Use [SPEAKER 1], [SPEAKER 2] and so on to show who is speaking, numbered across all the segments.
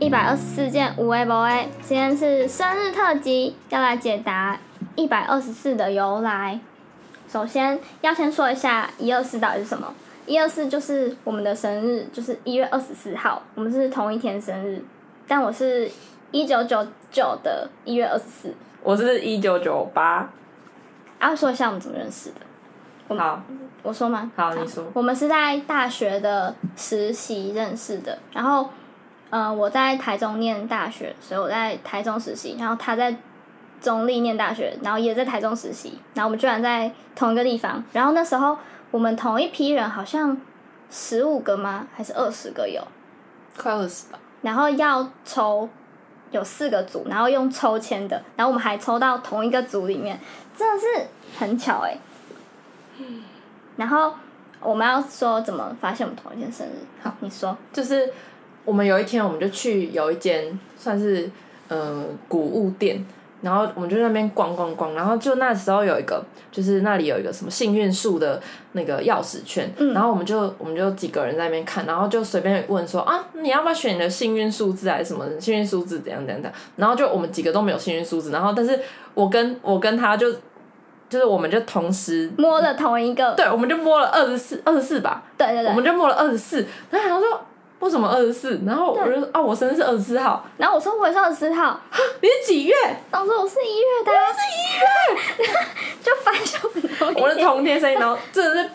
[SPEAKER 1] 一百二十四件无为不为，今天是生日特辑，要来解答一百二十四的由来。首先要先说一下一二四到底是什么。一二四就是我们的生日，就是一月二十四号，我们是同一天生日，但我是一九九九的一月二十四。
[SPEAKER 2] 我是一九九八，
[SPEAKER 1] 啊，说一下我们怎么认识的。
[SPEAKER 2] 好，
[SPEAKER 1] 我说吗？
[SPEAKER 2] 哦好你说
[SPEAKER 1] 我们是在大学的实习认识的，然后，呃，我在台中念大学，所以我在台中实习，然后他在中立念大学，然后也在台中实习，然后我们居然在同一个地方，然后那时候我们同一批人好像十五个吗？还是二十个有？
[SPEAKER 2] 快二十吧。
[SPEAKER 1] 然后要抽有四个组，然后用抽签的，然后我们还抽到同一个组里面，真的是很巧哎、然后我们要说怎么发现我们同一天生日？好，你说。
[SPEAKER 2] 就是我们有一天，我们就去有一间算是呃古物店，然后我们就在那边逛逛逛，然后就那时候有一个，就是那里有一个什么幸运树的那个钥匙圈，然后我们就我们就几个人在那边看，然后就随便问说啊，你要不要选你的幸运数字还是什么幸运数字怎样怎样怎样，然后就我们几个都没有幸运数字，然后但是我跟我跟他就就是我们就同时。
[SPEAKER 1] 摸了同一个，
[SPEAKER 2] 对，我们就摸了二十四，二十四吧，
[SPEAKER 1] 对对
[SPEAKER 2] 我
[SPEAKER 1] 对
[SPEAKER 2] 们就摸了二十四，然后他说为什么二十四？然后我就说哦，我生日是二十四号，
[SPEAKER 1] 然后我说我也是二十四号，
[SPEAKER 2] 你是几月？
[SPEAKER 1] 然后我说我是一月的、啊，是一 月，就发现我们同一
[SPEAKER 2] 我的
[SPEAKER 1] 天
[SPEAKER 2] 同天生日，然后真的是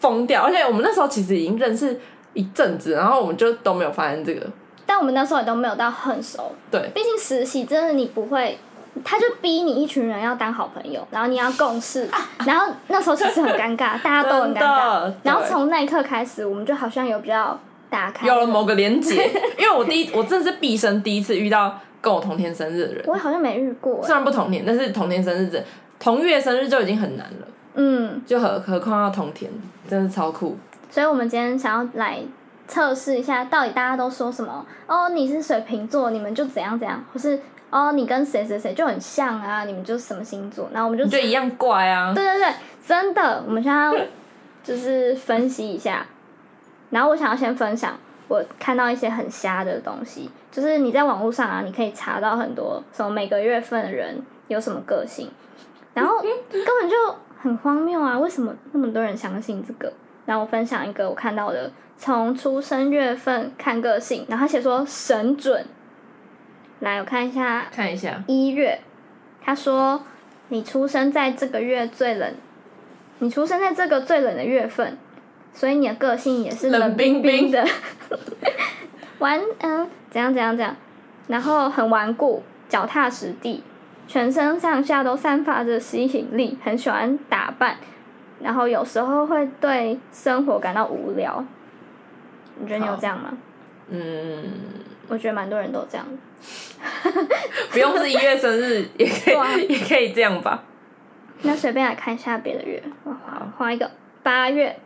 [SPEAKER 2] 疯掉，而且我们那时候其实已经认识一阵子，然后我们就都没有发现这个，
[SPEAKER 1] 但我们那时候也都没有到很熟，
[SPEAKER 2] 对
[SPEAKER 1] 毕竟实习真的你不会，他就逼你一群人要当好朋友，然后你要共事，然后那时候其实很尴尬，大家都很尴尬
[SPEAKER 2] 啊真的。
[SPEAKER 1] 然后从那一刻开始，我们就好像有比较打开，
[SPEAKER 2] 有了某个连结， 因为我第一，我真的是毕生第一次遇到跟我同天生日的人，
[SPEAKER 1] 我好像没遇过、欸
[SPEAKER 2] 虽然不同年，但是啊同天生日真同月生日就已经很难了，
[SPEAKER 1] 嗯，
[SPEAKER 2] 就何何况要同天，真的是超酷。
[SPEAKER 1] 所以我们今天想要来测试一下，到底大家都说什么？哦，你是水瓶座，你们就怎样怎样，或是哦，你跟谁谁谁就很像啊，你们就什么星座？然后我们就
[SPEAKER 2] 你就一样怪啊！
[SPEAKER 1] 对对对，真的，我们现在要就是分析一下。然后我想要先分享，我看到一些很瞎的东西，就是你在网络上啊，你可以查到很多什么每个月份的人有什么个性，然后根本就很荒谬啊！为什么那么多人相信这个？然后我分享一个我看到的，从出生月份看个性，然后他写说神准。来，我看一下
[SPEAKER 2] 看一下，
[SPEAKER 1] 一月，他说你出生在这个月最冷，你出生在这个最冷的月份，所以你的个性也是
[SPEAKER 2] 冷冰
[SPEAKER 1] 冰
[SPEAKER 2] 冰
[SPEAKER 1] 的， 顽嗯怎样怎样怎样，然后很顽固，脚踏实地，全身上下都散发着吸引力，很喜欢打扮，然后有时候会对生活感到无聊。你觉得你有
[SPEAKER 2] 好
[SPEAKER 1] 这样吗？
[SPEAKER 2] 嗯。
[SPEAKER 1] 我觉得蛮多人都这样。
[SPEAKER 2] 不用是一月生日，也 可
[SPEAKER 1] 对啊
[SPEAKER 2] 以，也可以这样吧。
[SPEAKER 1] 那随便来看一下别的月，我画画一个八月，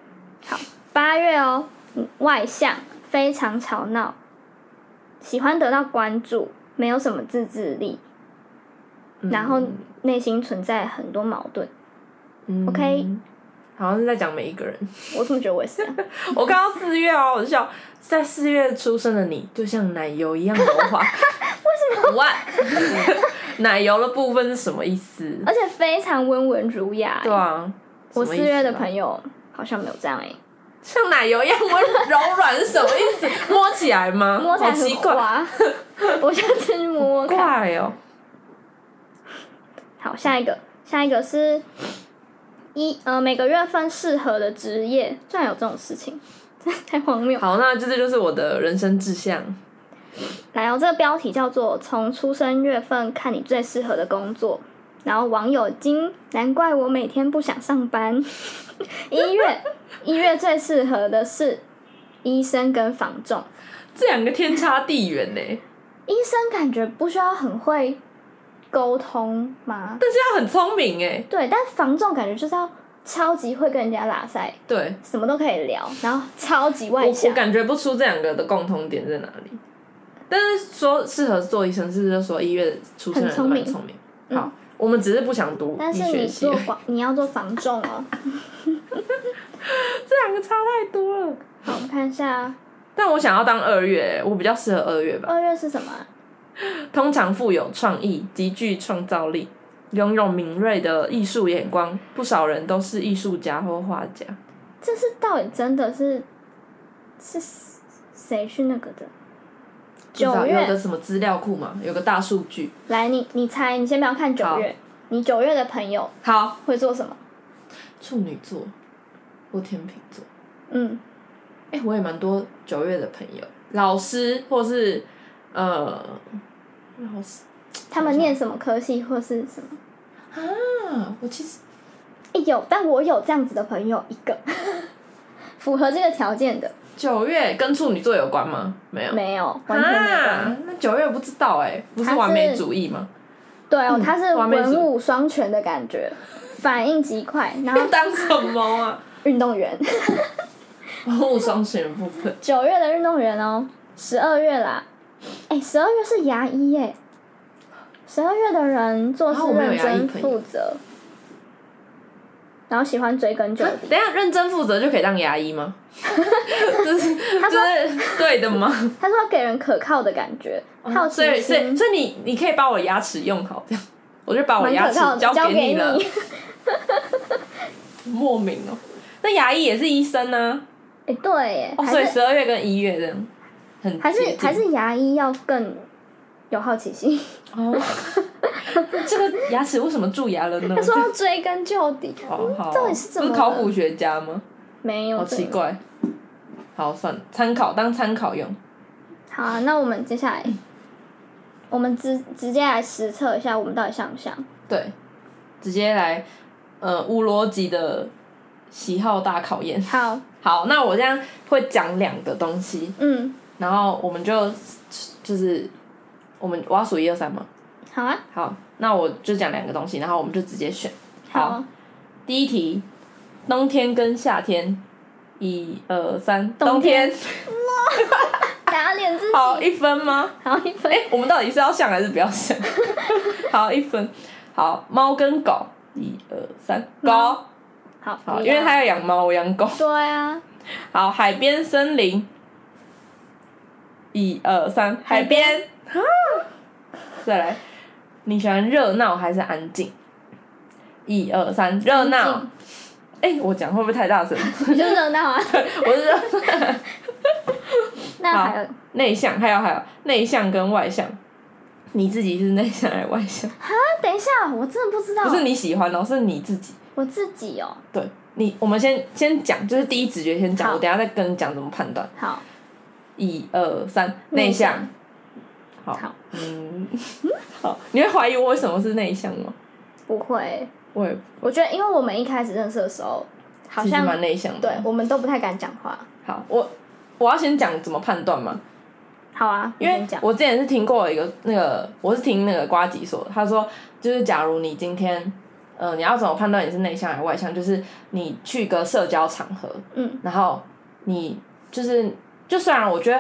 [SPEAKER 1] 好，八月哦，嗯外向，非常吵闹，喜欢得到关注，没有什么自制力，嗯然后内心存在很多矛盾。
[SPEAKER 2] 嗯
[SPEAKER 1] OK
[SPEAKER 2] 好像是在讲每一个人。
[SPEAKER 1] 我怎么觉得我也是啊、
[SPEAKER 2] 我看到四月好好笑，在四月出生的你，就像奶油一样柔 滑。为什么？What？奶 油的部分是什么意思？
[SPEAKER 1] 而且非常温文儒雅、
[SPEAKER 2] 对啊，
[SPEAKER 1] 呃我
[SPEAKER 2] 什么
[SPEAKER 1] 四
[SPEAKER 2] 意思啊
[SPEAKER 1] 月的朋友好像没有这样哎、
[SPEAKER 2] 像奶油一样温柔软是什么 意思？摸起来吗？
[SPEAKER 1] 摸起来
[SPEAKER 2] 好
[SPEAKER 1] 很
[SPEAKER 2] 奇怪，
[SPEAKER 1] 滑。 我下次去摸摸看。
[SPEAKER 2] 怪哦。
[SPEAKER 1] 好，下一个，下一个是一呃每个月份适合的职业，居然有这种事情， 真的太荒谬。
[SPEAKER 2] 好，那这就是我的人生志向。
[SPEAKER 1] 来哦，这个标题叫做“从出生月份看你最适合的工作”，然后网友惊，难怪我每天不想上班。 一月，一月最适合的是医生跟房仲。
[SPEAKER 2] 这两个天差地远欸呢、
[SPEAKER 1] 医生感觉不需要很会沟通嘛，
[SPEAKER 2] 但是要很聪明哎、
[SPEAKER 1] 对，但房仲感觉就是要超级会跟人家拉塞。
[SPEAKER 2] 对，
[SPEAKER 1] 什么都可以聊，然后超级
[SPEAKER 2] 我
[SPEAKER 1] 外
[SPEAKER 2] 我
[SPEAKER 1] 向。
[SPEAKER 2] 感觉不出这两个的共同点在哪里。但是说适合做医生，是不是就说医院出生的人都蛮
[SPEAKER 1] 很嗯
[SPEAKER 2] 聪明？好，我们只是不想读
[SPEAKER 1] 但
[SPEAKER 2] 医
[SPEAKER 1] 是
[SPEAKER 2] 学
[SPEAKER 1] 你
[SPEAKER 2] 系
[SPEAKER 1] 做
[SPEAKER 2] 而已，
[SPEAKER 1] 房，你要做房仲哦。
[SPEAKER 2] 这两个差太多了。
[SPEAKER 1] 好，我们看一下，
[SPEAKER 2] 但我想要当二月，我比较适合二月吧。
[SPEAKER 1] 二月是什么啊？
[SPEAKER 2] 通常富有创意，极具创造力，拥有敏锐的艺术眼光，不少人都是艺术家或画家。
[SPEAKER 1] 这是到底真的是是谁去那个的？九
[SPEAKER 2] 不知道有
[SPEAKER 1] 月
[SPEAKER 2] 个什么资料库嘛，有个大数据。
[SPEAKER 1] 来，你你猜，你先不要看九月，你九月的朋友
[SPEAKER 2] 好，
[SPEAKER 1] 会做什么？
[SPEAKER 2] 处女座或天秤座，
[SPEAKER 1] 嗯，
[SPEAKER 2] 哎、我也蛮多九月的朋友，老师或是呃，老师
[SPEAKER 1] 他们念什么科系或是什么？
[SPEAKER 2] 啊，我其实
[SPEAKER 1] 哎、有，但我有这样子的朋友一个， 符合这个条件的
[SPEAKER 2] 九月跟处女座有关吗？没有，
[SPEAKER 1] 没有，完全没有关系。
[SPEAKER 2] 啊，那九月不知道哎、不是
[SPEAKER 1] 他是
[SPEAKER 2] 完美主义 吗？
[SPEAKER 1] 对哦，他是
[SPEAKER 2] 完美组
[SPEAKER 1] 文武双全的感觉，反应极快，然后
[SPEAKER 2] 要当什么 啊？
[SPEAKER 1] 运动员。
[SPEAKER 2] 物双选部分，
[SPEAKER 1] 九月的运动员哦，十二月啦，哎、十二月是牙医耶、十二月的人做
[SPEAKER 2] 啊
[SPEAKER 1] 事
[SPEAKER 2] 我没有
[SPEAKER 1] 认
[SPEAKER 2] 牙医
[SPEAKER 1] 真
[SPEAKER 2] 朋友
[SPEAKER 1] 负责，然后喜欢追根 究
[SPEAKER 2] 等
[SPEAKER 1] 底。
[SPEAKER 2] 一下认真负责就可以当牙医吗？ 就是就是对的吗？
[SPEAKER 1] 他说要给人可靠的感觉，好
[SPEAKER 2] 哦所以
[SPEAKER 1] 奇
[SPEAKER 2] 所以
[SPEAKER 1] 心，
[SPEAKER 2] 所以你你可以把我牙齿用好，这样我就把我
[SPEAKER 1] 蛮
[SPEAKER 2] 牙
[SPEAKER 1] 可
[SPEAKER 2] 齿
[SPEAKER 1] 靠的，交
[SPEAKER 2] 给
[SPEAKER 1] 给
[SPEAKER 2] 了，
[SPEAKER 1] 你。
[SPEAKER 2] 莫名哦、那牙医也是医生呢、
[SPEAKER 1] 哎、对耶，
[SPEAKER 2] 哦，所
[SPEAKER 1] 还
[SPEAKER 2] 以
[SPEAKER 1] 是
[SPEAKER 2] 十二月跟一月这样，很
[SPEAKER 1] 还
[SPEAKER 2] 接
[SPEAKER 1] 是
[SPEAKER 2] 近
[SPEAKER 1] 还是牙医要更有好奇心。
[SPEAKER 2] 哦， 这个牙齿为什么蛀牙了呢？
[SPEAKER 1] 他说要追根究底，
[SPEAKER 2] 哦，好，
[SPEAKER 1] 到底是怎
[SPEAKER 2] 不
[SPEAKER 1] 么
[SPEAKER 2] 是
[SPEAKER 1] 了哦
[SPEAKER 2] 考古学家吗？
[SPEAKER 1] 没有
[SPEAKER 2] 好
[SPEAKER 1] 这
[SPEAKER 2] 奇
[SPEAKER 1] 个。
[SPEAKER 2] 怪。好，算了，参考当参考用。
[SPEAKER 1] 好啊、那我们接下来，
[SPEAKER 2] 嗯
[SPEAKER 1] 我们直直接来实测一下，我们到底像不像？
[SPEAKER 2] 对，直接来，呃，无逻辑的喜好大考验。
[SPEAKER 1] 好，
[SPEAKER 2] 好，那我这样会讲两个东西，
[SPEAKER 1] 嗯，
[SPEAKER 2] 然后我们就就是我们我要数一二三嘛。
[SPEAKER 1] 好啊，
[SPEAKER 2] 好，那我就讲两个东西，然后我们就直接选。
[SPEAKER 1] 好
[SPEAKER 2] 好，第一题，冬天跟夏天，一二三，
[SPEAKER 1] 冬天
[SPEAKER 2] 天，
[SPEAKER 1] 打脸自己，
[SPEAKER 2] 好一分吗？
[SPEAKER 1] 好一分
[SPEAKER 2] 哎、我们到底是要像还是不要像？好，一分。好，猫跟狗，一二三，狗。
[SPEAKER 1] 好，
[SPEAKER 2] 好，
[SPEAKER 1] 一
[SPEAKER 2] 因为
[SPEAKER 1] 样
[SPEAKER 2] 他要养猫，我养狗。
[SPEAKER 1] 对啊，
[SPEAKER 2] 好，海边森林，一二三，海
[SPEAKER 1] 海边
[SPEAKER 2] 边。啊再来，你喜欢热闹还是安静？一二三，热闹
[SPEAKER 1] 安。
[SPEAKER 2] 哎、我讲会不会太大声？
[SPEAKER 1] 你就热闹啊。
[SPEAKER 2] 我是热闹
[SPEAKER 1] 那还有啊
[SPEAKER 2] 内向，还有还有内向跟外向。你自己是内向还是外向？
[SPEAKER 1] 那等一下，我真的不知道
[SPEAKER 2] 不，是你喜欢哦，是你自己。
[SPEAKER 1] 我自己哦。
[SPEAKER 2] 对你，我们先先讲，就是第一直觉先讲，
[SPEAKER 1] 好
[SPEAKER 2] 我等一下再跟你讲怎么判断。
[SPEAKER 1] 好，
[SPEAKER 2] 一二三，内
[SPEAKER 1] 内向
[SPEAKER 2] 向。好，
[SPEAKER 1] 好
[SPEAKER 2] 嗯，好，你会怀疑我为什么是内向吗？
[SPEAKER 1] 不会，
[SPEAKER 2] 我也
[SPEAKER 1] 我觉得因为我们一开始认识的时候，好
[SPEAKER 2] 其实
[SPEAKER 1] 像
[SPEAKER 2] 蛮内向的。
[SPEAKER 1] 对，我们都不太敢讲话。
[SPEAKER 2] 好，我我要先讲怎么判断嘛，
[SPEAKER 1] 好啊，
[SPEAKER 2] 因为
[SPEAKER 1] 你先讲
[SPEAKER 2] 我之前是听过一个那个，我是听那个瓜吉说的，他说就是假如你今天。呃，你要怎么判断你是内向还是外向？就是你去个社交场合，
[SPEAKER 1] 嗯，
[SPEAKER 2] 然后你就是，就虽然我觉得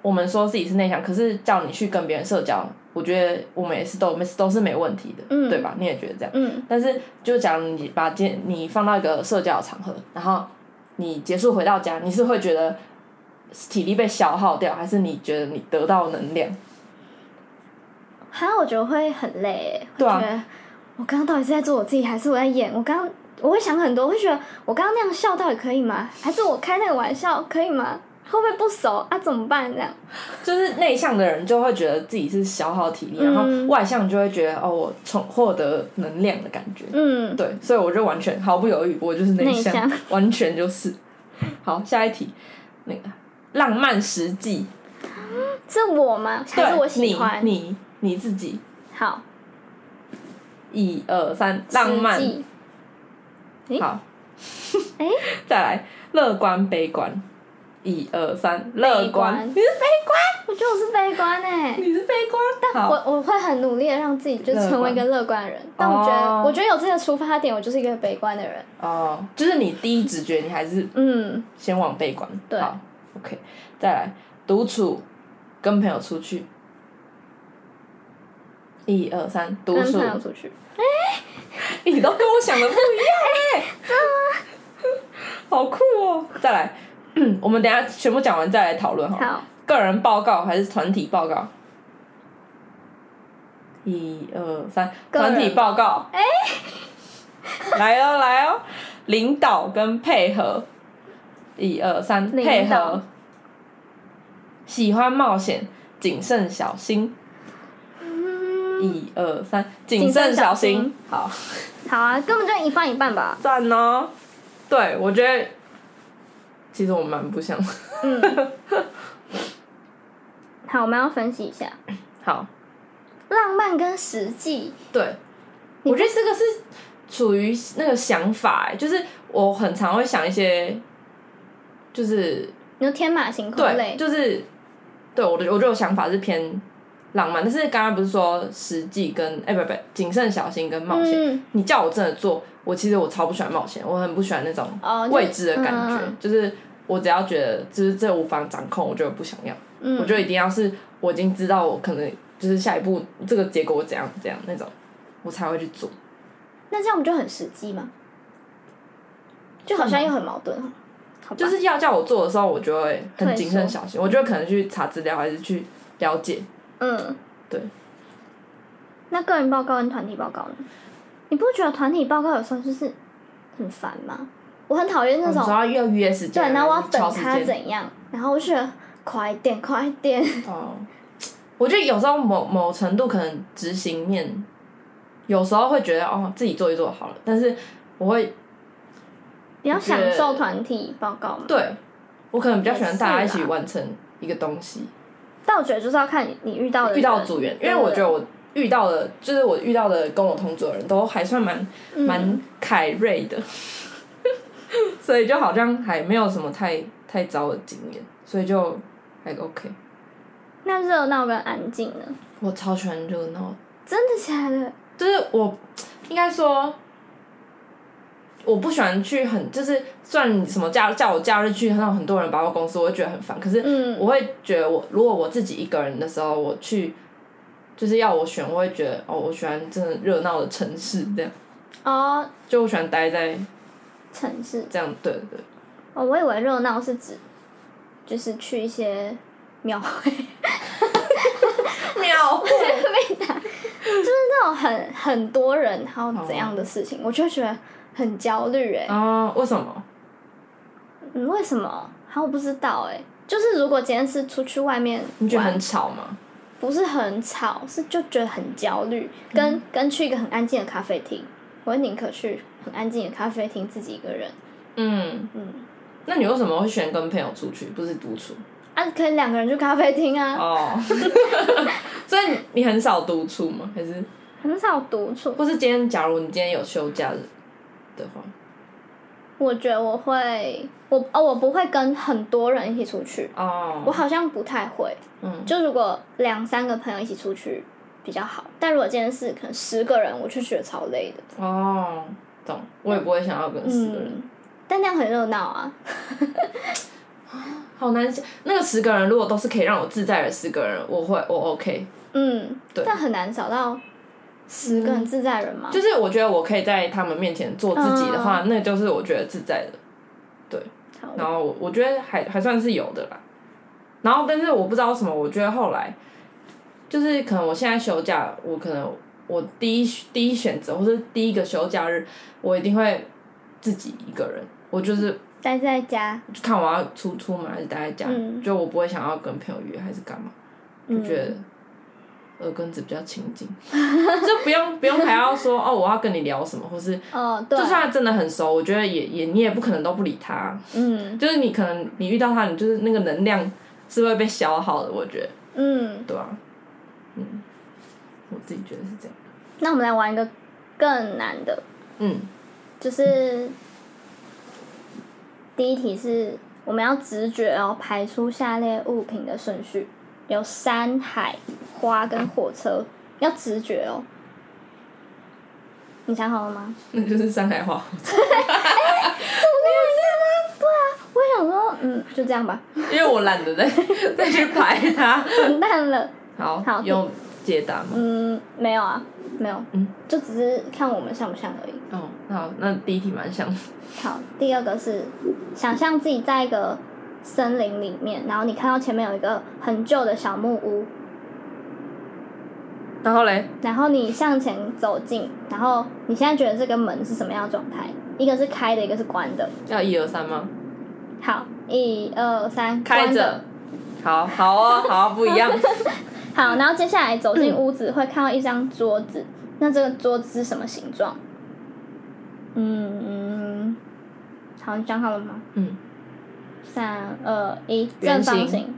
[SPEAKER 2] 我们说自己是内向，可是叫你去跟别人社交，我觉得我们也是都没都是没问题的，
[SPEAKER 1] 嗯
[SPEAKER 2] 对吧？你也觉得这样？
[SPEAKER 1] 嗯
[SPEAKER 2] 但是就假如你把今你放到一个社交的场合，然后你结束回到家，你是会觉得体力被消耗掉，还是你觉得你得到能量？
[SPEAKER 1] 哈，我觉得会很累欸。
[SPEAKER 2] 对啊
[SPEAKER 1] 我觉得我刚刚到底是在做我自己，还是我在演？我刚刚我会想很多，我会觉得我刚刚那样笑到底可以吗？还是我开那个玩笑可以吗？会不会不熟啊？怎么办？这样
[SPEAKER 2] 就是内向的人就会觉得自己是消耗体力，然后
[SPEAKER 1] 嗯
[SPEAKER 2] 外向就会觉得哦，我从获得能量的感觉。
[SPEAKER 1] 嗯，
[SPEAKER 2] 对，所以我就完全毫不犹豫，我就是内向，
[SPEAKER 1] 内向
[SPEAKER 2] 完全就是。好，下一题，那个浪漫实际，
[SPEAKER 1] 是我吗？还
[SPEAKER 2] 对，
[SPEAKER 1] 是我喜欢？
[SPEAKER 2] 你你你自己，
[SPEAKER 1] 好，
[SPEAKER 2] 一二三，浪漫
[SPEAKER 1] 实，际诶
[SPEAKER 2] 好，
[SPEAKER 1] 诶
[SPEAKER 2] 再来，乐观悲观，一二三，乐观，
[SPEAKER 1] 悲观
[SPEAKER 2] 你是悲
[SPEAKER 1] 我觉得我是悲观哎、
[SPEAKER 2] 观，你是悲观，但
[SPEAKER 1] 我我会很努力的让自己就成为一个乐观的人，但我觉得、
[SPEAKER 2] 哦
[SPEAKER 1] 我觉得有这个出发点，我就是一个悲观的人。
[SPEAKER 2] 哦，就是你第一直觉，你还是
[SPEAKER 1] 嗯，
[SPEAKER 2] 先往悲观，
[SPEAKER 1] 对
[SPEAKER 2] 好，OK，再来独处，跟朋友出去，一二三，独
[SPEAKER 1] 跟
[SPEAKER 2] 处
[SPEAKER 1] 朋，友出去，
[SPEAKER 2] 你 欸 都跟我想的不一样哎、真的吗？好酷哦！再来 我们等一下全部讲完再来讨论好了。
[SPEAKER 1] 好，
[SPEAKER 2] 个人报告还是团体报告？一二三，
[SPEAKER 1] 个人
[SPEAKER 2] 团体报告。哎、 来哦来哦，领导跟配合。一二三，
[SPEAKER 1] 领
[SPEAKER 2] 配
[SPEAKER 1] 导
[SPEAKER 2] 合。喜欢冒险，谨慎小心。一二三，谨
[SPEAKER 1] 嗯谨慎
[SPEAKER 2] 慎小
[SPEAKER 1] 小心
[SPEAKER 2] 心。好，
[SPEAKER 1] 好啊，根本就一半一半吧。
[SPEAKER 2] 赞哦。对，我觉得其实我蛮不像。
[SPEAKER 1] 嗯，好，我们要分析一下
[SPEAKER 2] 好，
[SPEAKER 1] 浪漫跟实际。
[SPEAKER 2] 对，
[SPEAKER 1] 你
[SPEAKER 2] 我觉得这个是处于那个想法、欸，就是我很常会想一些，就是
[SPEAKER 1] 你说天马行空
[SPEAKER 2] 对，
[SPEAKER 1] 类，
[SPEAKER 2] 就是对我的，我觉得我想法是偏浪漫，但是刚刚不是说实际跟哎、不不谨慎小心跟冒险，
[SPEAKER 1] 嗯，
[SPEAKER 2] 你叫我真的做，我其实我超不喜欢冒险，我很不喜欢那种
[SPEAKER 1] 哦，
[SPEAKER 2] 未
[SPEAKER 1] 就
[SPEAKER 2] 知的感觉，
[SPEAKER 1] 嗯
[SPEAKER 2] 就是我只要觉得就是这无法掌控，我就不想要。
[SPEAKER 1] 嗯，
[SPEAKER 2] 我就一定要是我已经知道我可能就是下一步这个结果怎样怎样那种，我才会去做。
[SPEAKER 1] 那这样不就很实际吗？就好像又很矛盾，好吧？
[SPEAKER 2] 就是要叫我做的时候，我就会很
[SPEAKER 1] 退
[SPEAKER 2] 谨慎
[SPEAKER 1] 缩
[SPEAKER 2] 小心，我就可能去查资料还是去了解。
[SPEAKER 1] 嗯，
[SPEAKER 2] 对。
[SPEAKER 1] 那个人报告跟团体报告呢？你不觉得团体报告有时候就是很烦吗？我很讨厌那
[SPEAKER 2] 你
[SPEAKER 1] 种
[SPEAKER 2] 知道嗯要约时间，
[SPEAKER 1] 对，然后我要
[SPEAKER 2] 还是敲
[SPEAKER 1] 等
[SPEAKER 2] 时
[SPEAKER 1] 他
[SPEAKER 2] 间
[SPEAKER 1] 怎样，然后我就觉得快点，快点。
[SPEAKER 2] 哦，我觉得有时候某某程度可能执行面，有时候会觉得哦自己做一做好了，但是我会
[SPEAKER 1] 比较享受团体报告嘛，
[SPEAKER 2] 对我可能比较喜欢大家一
[SPEAKER 1] 也
[SPEAKER 2] 起
[SPEAKER 1] 是啦
[SPEAKER 2] 完成一个东西。
[SPEAKER 1] 但我觉得就是要看你遇到的
[SPEAKER 2] 遇到
[SPEAKER 1] 人
[SPEAKER 2] 组员，因
[SPEAKER 1] 对
[SPEAKER 2] 为我
[SPEAKER 1] 对
[SPEAKER 2] 觉得我遇到的，就是我遇到的跟我同组的人都还算蛮
[SPEAKER 1] 嗯
[SPEAKER 2] 蛮凯瑞的， 所以就好像还没有什么太太糟的经验，所以就还 OK。
[SPEAKER 1] 那热闹跟安静呢？
[SPEAKER 2] 我超喜欢热闹，
[SPEAKER 1] 真的假的？
[SPEAKER 2] 就是我应该说。我不喜欢去很，就是算什么假叫我假日去那种很多人百货公司，我会觉得很烦。可是
[SPEAKER 1] 嗯，
[SPEAKER 2] 我会觉得我如果我自己一个人的时候，我去就是要我选，我会觉得哦，我喜欢真的热闹的城市这样，
[SPEAKER 1] 哦，
[SPEAKER 2] 就我喜欢待在
[SPEAKER 1] 城市
[SPEAKER 2] 这样，对对
[SPEAKER 1] 哦，我以为热闹是指就是去一些庙会，
[SPEAKER 2] 对。妙，
[SPEAKER 1] 那种很很多人，然后怎样的事情，我就觉得很焦虑哎、
[SPEAKER 2] 哦，为什么？
[SPEAKER 1] 嗯，为什么？好，我不知道哎、就是如果今天是出去外面
[SPEAKER 2] 你觉得
[SPEAKER 1] 玩
[SPEAKER 2] 很吵吗？
[SPEAKER 1] 不是很吵，是就觉得很焦虑，
[SPEAKER 2] 嗯
[SPEAKER 1] 跟、跟去一个很安静的咖啡厅，我会宁可去很安静的咖啡厅自己一个人，
[SPEAKER 2] 嗯嗯。那你为什么会选跟朋友出去，不是独处？
[SPEAKER 1] 啊，可以两个人去咖啡厅啊，
[SPEAKER 2] 哦， 所以你很少独处吗？还是
[SPEAKER 1] 很少独处。
[SPEAKER 2] 或是今天，假如你今天有休假的的话，
[SPEAKER 1] 我觉得我会，我哦，我不会跟很多人一起出去，我
[SPEAKER 2] 哦，
[SPEAKER 1] 好像不太会。
[SPEAKER 2] 嗯，
[SPEAKER 1] 就如果两三个朋友一起出去比较好，但如果今天是可能十个人，我就觉得超累的。
[SPEAKER 2] 哦，懂，我也不会想要跟四个人。
[SPEAKER 1] 嗯，但那样很热闹啊。
[SPEAKER 2] 好难想，那个十个人如果都是可以让我自在的十个人，我会我 OK，
[SPEAKER 1] 嗯，
[SPEAKER 2] 对
[SPEAKER 1] 但很难找到十个人自在人嘛。
[SPEAKER 2] 就是我觉得我可以在他们面前做自己的话，那就是我觉得自在的。
[SPEAKER 1] 嗯好
[SPEAKER 2] 然后我我觉得还还算是有的啦。然后但是我不知道为什么，我觉得后来就是可能我现在休假，我可能我第一第一选择或是第一个休假日，我一定会自己一个人。我就是
[SPEAKER 1] 待在家，
[SPEAKER 2] 就看我要出出门还是待在家，
[SPEAKER 1] 嗯
[SPEAKER 2] 就我不会想要跟朋友约还是干嘛，就
[SPEAKER 1] 嗯
[SPEAKER 2] 觉得耳根子比较清净， 就不用不用还要说哦我要跟你聊什么，或是
[SPEAKER 1] 哦，对
[SPEAKER 2] 就，算真的很熟，我觉得也也你也不可能都不理他，
[SPEAKER 1] 嗯
[SPEAKER 2] 就是你可能你遇到他，你就是那个能量是会被消耗的，我觉得
[SPEAKER 1] 嗯。
[SPEAKER 2] 对啊，嗯，我自己觉得是这样，
[SPEAKER 1] 那我们来玩一个更难的，
[SPEAKER 2] 嗯，
[SPEAKER 1] 就是第一题是我们要直觉哦，排出下列物品的顺序，有山、海、花跟火车，要直觉哦。你想好了吗？
[SPEAKER 2] 那就是上海话，
[SPEAKER 1] 我想说，嗯，就这样吧，
[SPEAKER 2] 因为我懒得再 再去排它，
[SPEAKER 1] 完蛋了。
[SPEAKER 2] 好，
[SPEAKER 1] 好
[SPEAKER 2] 有解答吗？
[SPEAKER 1] 嗯，没有啊，没有，
[SPEAKER 2] 嗯，
[SPEAKER 1] 就只是看我们像不像而已。
[SPEAKER 2] 哦，那好，那第一题蛮像的。
[SPEAKER 1] 好，第二个是想象自己在一个森林里面，然后你看到前面有一个很旧的小木屋，
[SPEAKER 2] 然后嘞，
[SPEAKER 1] 然后你向前走近，然后你现在觉得这个门是什么样的状态？一个是开的，一个是关的。
[SPEAKER 2] 要一二三吗？
[SPEAKER 1] 好，一二三，
[SPEAKER 2] 开
[SPEAKER 1] 关
[SPEAKER 2] 着。好好哦，好不一样。
[SPEAKER 1] 好，然后接下来走进
[SPEAKER 2] 嗯
[SPEAKER 1] 屋子，会看到一张桌子。那这个桌子是什么形状？嗯嗯，好，你想好了吗？
[SPEAKER 2] 嗯，
[SPEAKER 1] 三二一，正
[SPEAKER 2] 圆形
[SPEAKER 1] 方形。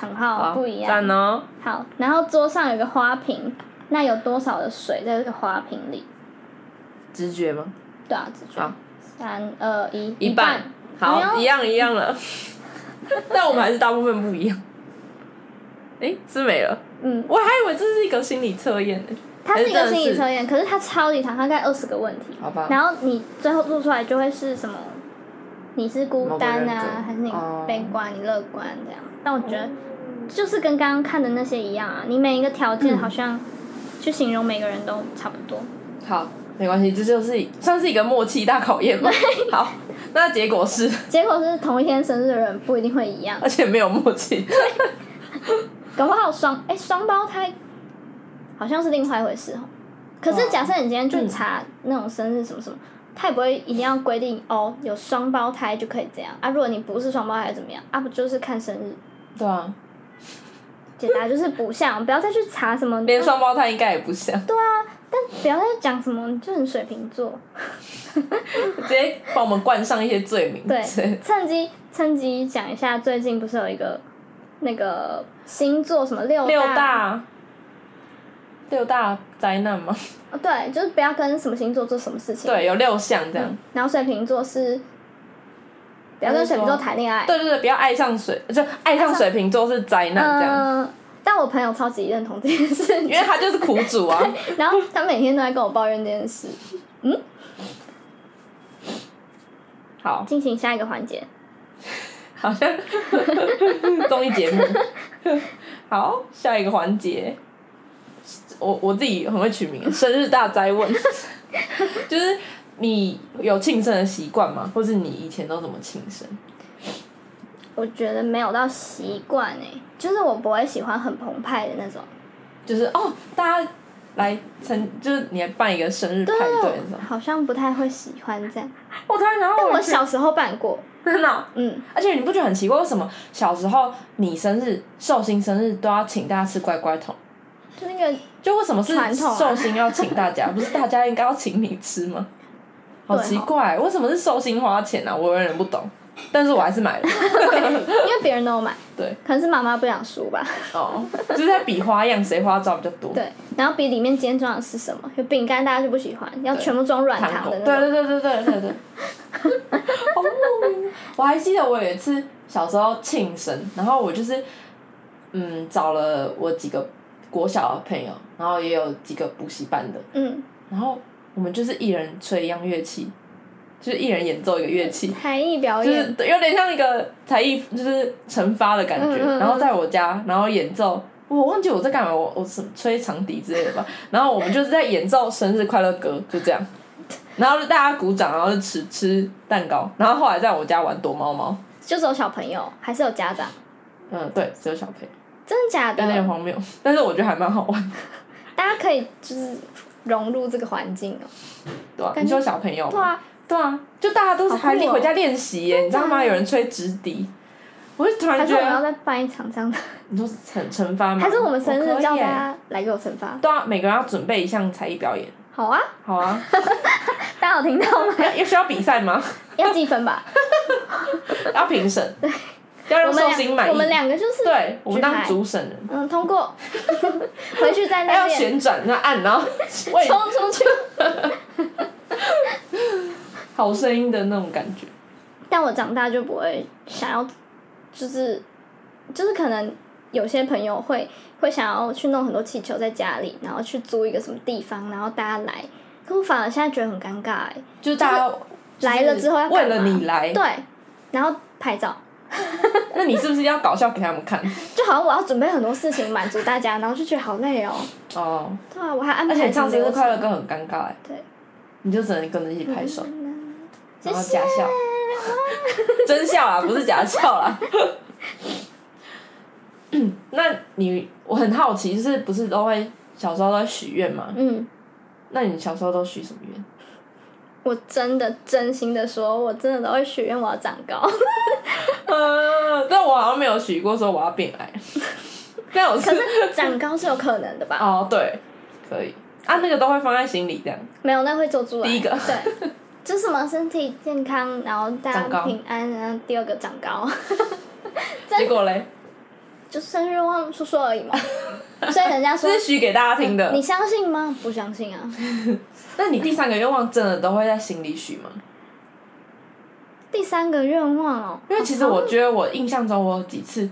[SPEAKER 1] 很 好，
[SPEAKER 2] 好，
[SPEAKER 1] 不一样。
[SPEAKER 2] 赞哦。
[SPEAKER 1] 好，然后桌上有个花瓶，那有多少的水在这个花瓶里？
[SPEAKER 2] 直觉吗？
[SPEAKER 1] 对啊，直觉
[SPEAKER 2] 好。
[SPEAKER 1] 三二一，
[SPEAKER 2] 一半。
[SPEAKER 1] 哎
[SPEAKER 2] 好，
[SPEAKER 1] 呦
[SPEAKER 2] 一样一样 了。但我们还是大部分不一样。诶，是没了。
[SPEAKER 1] 嗯，
[SPEAKER 2] 我还以为这是一个心理测验呢。
[SPEAKER 1] 它是一个
[SPEAKER 2] 哎还是真的
[SPEAKER 1] 心理
[SPEAKER 2] 是
[SPEAKER 1] 测验，可是它超级长，它大概二十个问题。
[SPEAKER 2] 好吧。
[SPEAKER 1] 然后你最后做出来就会是什么？你是孤单
[SPEAKER 2] 某个人格
[SPEAKER 1] 啊，还是你
[SPEAKER 2] 哦嗯
[SPEAKER 1] 悲观、你乐观这样？但我觉得就是跟刚刚看的那些一样啊，你每一个条
[SPEAKER 2] 嗯
[SPEAKER 1] 件好像去形容每个人都差不多。
[SPEAKER 2] 好，没关系，这就是算是一个默契大考验 吧。好，那结果是，
[SPEAKER 1] 结果是同一天生日的人不一定会一样，
[SPEAKER 2] 而且没有默契。
[SPEAKER 1] 搞不好双哎双胞胎好像是另外一回事哦。可是
[SPEAKER 2] 哦
[SPEAKER 1] 假设你今天去查那种生日什么什么，他也不会一定要规定哦有双胞胎就可以这样啊。如果你不是双胞胎怎么样啊？不就是看生日？
[SPEAKER 2] 对啊，
[SPEAKER 1] 解答就是不像，不要再去查什么，
[SPEAKER 2] 连
[SPEAKER 1] 但
[SPEAKER 2] 双胞胎应该也不像，
[SPEAKER 1] 不要再讲什么，你就很水瓶座。
[SPEAKER 2] 直接把我们冠上一些罪名。
[SPEAKER 1] 对，趁机趁机讲一下，最近不是有一个那个星座什么六
[SPEAKER 2] 六大六大灾难吗？
[SPEAKER 1] 哦对，就是不要跟什么星座做什么事情。，
[SPEAKER 2] 对，有六项这样。
[SPEAKER 1] 嗯然后水瓶座是不要跟水瓶座谈恋爱。
[SPEAKER 2] 对对对，不要爱上水， 就爱上水瓶座是灾难这样，
[SPEAKER 1] 嗯、但我朋友超级认同这件事
[SPEAKER 2] 因为他就是苦主啊。
[SPEAKER 1] 然后他每天都在跟我抱怨这件事。
[SPEAKER 2] 好，
[SPEAKER 1] 进行下一个环节，
[SPEAKER 2] 好像综艺节目。 好，下一个环节，我我自己很会取名，生日大灾 问，就是你有庆生的习惯吗？或是你以前都怎么庆生？
[SPEAKER 1] 我觉得没有到习惯哎，就是我不会喜欢很澎湃的那种。
[SPEAKER 2] 就是哦，大家来参，就是你来办一个生日派对那种。
[SPEAKER 1] 好像不太会喜欢这样。
[SPEAKER 2] 我突然想到
[SPEAKER 1] 但
[SPEAKER 2] 我
[SPEAKER 1] 我
[SPEAKER 2] 小
[SPEAKER 1] 小时候办过，
[SPEAKER 2] 真的哦，
[SPEAKER 1] 嗯，
[SPEAKER 2] 而且你不觉得很奇怪，为什么小时候你生日、寿星生日都要请大家吃乖乖桶？
[SPEAKER 1] 就那个
[SPEAKER 2] 就为什么是
[SPEAKER 1] 传统啊
[SPEAKER 2] 寿星要请 大家，不是大家应该要请你吃吗？好
[SPEAKER 1] 对哦
[SPEAKER 2] 奇怪，为什么是寿星花钱啊？我有点不懂，但是我还是 买了。
[SPEAKER 1] 因为别人都有买，
[SPEAKER 2] 对，
[SPEAKER 1] 可能是妈妈不想输吧，
[SPEAKER 2] 哦，就是在比花样，谁花招比较多。
[SPEAKER 1] 对。然后比里面今天装的是什么，有饼干大家就不喜欢，要全部装软
[SPEAKER 2] 糖
[SPEAKER 1] 糖
[SPEAKER 2] 果
[SPEAKER 1] 的，
[SPEAKER 2] 对
[SPEAKER 1] 那种。
[SPEAKER 2] 对对对对对对， 好莫名。我还记得我有一次小时候庆生，然后我就是嗯找了我几个国小的朋友，然后也有几个补习班的，
[SPEAKER 1] 嗯，
[SPEAKER 2] 然后我们就是一人吹一样乐器，就是一人演奏一个乐器，
[SPEAKER 1] 才艺表
[SPEAKER 2] 就是
[SPEAKER 1] 演，
[SPEAKER 2] 有点像一个才艺，就是惩罚的感觉。
[SPEAKER 1] 嗯嗯嗯
[SPEAKER 2] 然后在我家，然后演奏，我忘记我在干嘛，我我是吹长笛之类的吧。然后我们就是在演奏生日快乐歌，就这样。然后大家鼓掌，然后就吃吃蛋糕。然后后来在我家玩躲猫猫，
[SPEAKER 1] 就只有小朋友，还是有家长，
[SPEAKER 2] 嗯，对，只有小朋友，
[SPEAKER 1] 真的假
[SPEAKER 2] 有点
[SPEAKER 1] 的？
[SPEAKER 2] 荒谬，但是我觉得还蛮好玩，
[SPEAKER 1] 大家可以就是融入这个环境哦。
[SPEAKER 2] 对啊？
[SPEAKER 1] 感觉
[SPEAKER 2] 你说小朋友
[SPEAKER 1] 对
[SPEAKER 2] 吗，
[SPEAKER 1] 啊，
[SPEAKER 2] 对啊，就大家都是
[SPEAKER 1] 好酷
[SPEAKER 2] 还
[SPEAKER 1] 哦
[SPEAKER 2] 回家练习耶，你知道吗？有人吹直笛，我就突
[SPEAKER 1] 还
[SPEAKER 2] 然
[SPEAKER 1] 是
[SPEAKER 2] 觉
[SPEAKER 1] 我们要
[SPEAKER 2] 得，
[SPEAKER 1] 再办一场这样的，
[SPEAKER 2] 你说是惩惩罚吗？
[SPEAKER 1] 还是我们生日
[SPEAKER 2] 可以
[SPEAKER 1] 叫大
[SPEAKER 2] 耶
[SPEAKER 1] 家来给我惩罚？
[SPEAKER 2] 对啊，每个人要准备一项才艺表演。
[SPEAKER 1] 好啊，
[SPEAKER 2] 好啊，
[SPEAKER 1] 大家有听到吗？
[SPEAKER 2] 要要需要比赛 吗？
[SPEAKER 1] 要计分吧，
[SPEAKER 2] 要评审， 要
[SPEAKER 1] 我
[SPEAKER 2] 让
[SPEAKER 1] 们
[SPEAKER 2] 寿星
[SPEAKER 1] 两
[SPEAKER 2] 满意。
[SPEAKER 1] 我们两个就是
[SPEAKER 2] 对，我们
[SPEAKER 1] 举
[SPEAKER 2] 当
[SPEAKER 1] 牌
[SPEAKER 2] 主审人，
[SPEAKER 1] 嗯，通 过，回去再
[SPEAKER 2] 还
[SPEAKER 1] 那
[SPEAKER 2] 要
[SPEAKER 1] 边
[SPEAKER 2] 旋转，那按，然后 喂
[SPEAKER 1] 冲出去。
[SPEAKER 2] 好声音的那种感觉。
[SPEAKER 1] 但我长大就不会想要，就是就是可能有些朋友会会想要去弄很多气球在家里，然后去租一个什么地方，然后大家来。可我反而现在觉得很尴尬哎、
[SPEAKER 2] 就是大家
[SPEAKER 1] 来了之后要
[SPEAKER 2] 就是为
[SPEAKER 1] 干嘛
[SPEAKER 2] 了你来，
[SPEAKER 1] 对，然后拍照，
[SPEAKER 2] 那你是不是要搞笑给他们看？
[SPEAKER 1] 就好像我要准备很多事情满足大家，然后就觉得好累哦、
[SPEAKER 2] 哦，
[SPEAKER 1] 对啊，我还安
[SPEAKER 2] 而且
[SPEAKER 1] 排
[SPEAKER 2] 唱生日
[SPEAKER 1] 流
[SPEAKER 2] 快
[SPEAKER 1] 程。
[SPEAKER 2] 乐歌很尴尬哎，
[SPEAKER 1] 对，
[SPEAKER 2] 你就只能跟着一起拍手，
[SPEAKER 1] 嗯
[SPEAKER 2] 然后
[SPEAKER 1] 谢谢
[SPEAKER 2] 假笑。 真笑啊，不是假笑啦。 那你我很好奇，就是不是都会小时候都会许愿吗？
[SPEAKER 1] 嗯，
[SPEAKER 2] 那你小时候都许什么愿？
[SPEAKER 1] 我真的真心的说，我真的都会许愿我要长高。
[SPEAKER 2] 呃，但我好像没有许过说我要变矮， 但我是
[SPEAKER 1] 可是长高是有可能的吧？
[SPEAKER 2] 哦，对，可以啊，那个都会放在心里这样。
[SPEAKER 1] 没有，那会做出来。
[SPEAKER 2] 第一个
[SPEAKER 1] 对，就什么身体健康，然后大
[SPEAKER 2] 长
[SPEAKER 1] 家
[SPEAKER 2] 高
[SPEAKER 1] 平安，然后第二个长 高，
[SPEAKER 2] 结果嘞，
[SPEAKER 1] 就生日愿望说说而 已嘛。所以人家说
[SPEAKER 2] 这是许给大家听的
[SPEAKER 1] 你。相信吗？不相信啊。
[SPEAKER 2] 那你第三个愿望真的都会在心里许吗？
[SPEAKER 1] 第三个愿望哦，
[SPEAKER 2] 因为其实我觉得我印象中我有几次，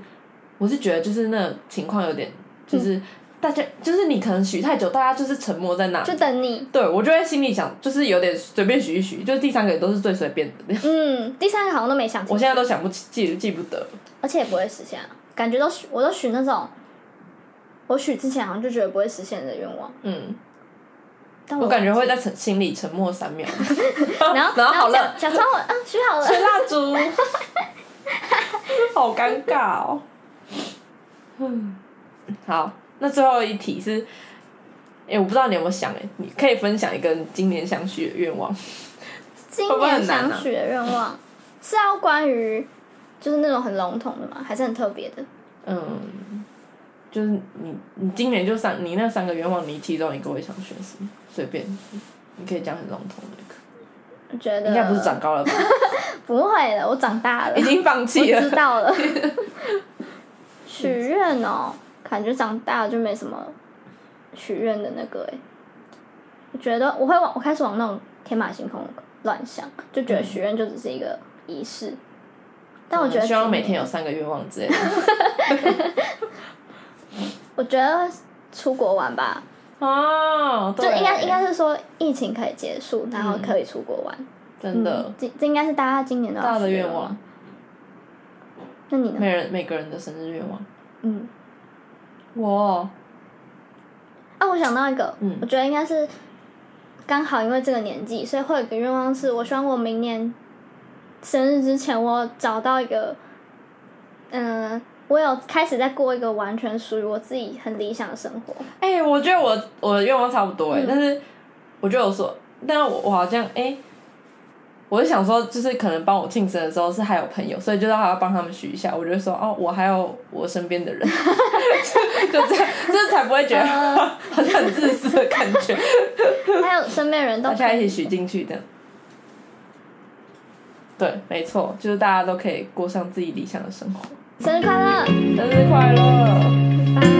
[SPEAKER 2] 我是觉得就是那种情况有点，就是大家就是你可能许太久，大家就是沉默在那。
[SPEAKER 1] 就等你。
[SPEAKER 2] 对，我就会心里想，就是有点随便许一许，就是第三个也都是最随便 的。
[SPEAKER 1] 嗯，第三个好像都没想清
[SPEAKER 2] 我
[SPEAKER 1] 楚，
[SPEAKER 2] 现在都想不起，记记不得。
[SPEAKER 1] 而且也不会实现、啊，感觉都许我都许那种，我许之前好像就觉得不会实现的愿望，
[SPEAKER 2] 嗯，
[SPEAKER 1] 但
[SPEAKER 2] 我感觉会在沉心里沉默三秒，
[SPEAKER 1] 然后
[SPEAKER 2] 然后好了
[SPEAKER 1] 假假装我嗯许 好了，
[SPEAKER 2] 吹蜡烛，好尴尬哦。嗯，好，那最后一题是，哎、我不知道你有没有想、哎，你可以分享一个你今年想许的愿望。
[SPEAKER 1] 今
[SPEAKER 2] 会不会
[SPEAKER 1] 年
[SPEAKER 2] 很难啊
[SPEAKER 1] 想许的愿望是要关于就是那种很笼统的吗？还是很特别的？
[SPEAKER 2] 嗯，就是你，你今年就三，你那三个愿望，你其中一个会想选什么？随便，你可以讲很笼统的一个。
[SPEAKER 1] 我觉得
[SPEAKER 2] 应该不是长高了 吧？
[SPEAKER 1] 不会的，我长大 了，
[SPEAKER 2] 已经放
[SPEAKER 1] 我
[SPEAKER 2] 弃
[SPEAKER 1] 知
[SPEAKER 2] 了。
[SPEAKER 1] 道 了。许愿哦，感觉长大了就没什么许愿的那个哎、我觉得我会往我开始往那种天马行空乱想，就觉得许愿就只是一个仪式。但我觉得
[SPEAKER 2] 嗯希望
[SPEAKER 1] 今
[SPEAKER 2] 每
[SPEAKER 1] 年
[SPEAKER 2] 天有三个愿望之 类的。
[SPEAKER 1] 我觉得出国玩吧，
[SPEAKER 2] 哦，
[SPEAKER 1] 就
[SPEAKER 2] 对
[SPEAKER 1] 应该应该是说疫情可以结束，然后可以出国玩。
[SPEAKER 2] 真的、
[SPEAKER 1] 嗯这这应该是大家今年的
[SPEAKER 2] 大的愿望，。
[SPEAKER 1] 那你呢？
[SPEAKER 2] 每人每个人的生日愿望。
[SPEAKER 1] 嗯，
[SPEAKER 2] 我
[SPEAKER 1] 啊，我想到一个，
[SPEAKER 2] 嗯
[SPEAKER 1] 我觉得应该是刚好因为这个年纪，所以会有一个愿望是，我希望我明年生日之前，我找到一个，嗯、我有开始在过一个完全属于我自己很理想的生活。
[SPEAKER 2] 哎、我觉得我我的愿望差不多哎、但是我觉得我说，但是我我好像哎、我就想说，就是可能帮我庆生的时候是还有朋友，所以就是还要帮他们许一下。我就说哦，我还有我身边的人， 就就这样，就是才不会觉得好像很自私的感觉，
[SPEAKER 1] 还有身边的人都
[SPEAKER 2] 大家
[SPEAKER 1] 可
[SPEAKER 2] 一
[SPEAKER 1] 以，
[SPEAKER 2] 起许进去的。对，没错，就是大家都可以过上自己理想的生活。
[SPEAKER 1] 生日快乐，
[SPEAKER 2] 生日快乐！
[SPEAKER 1] 拜拜。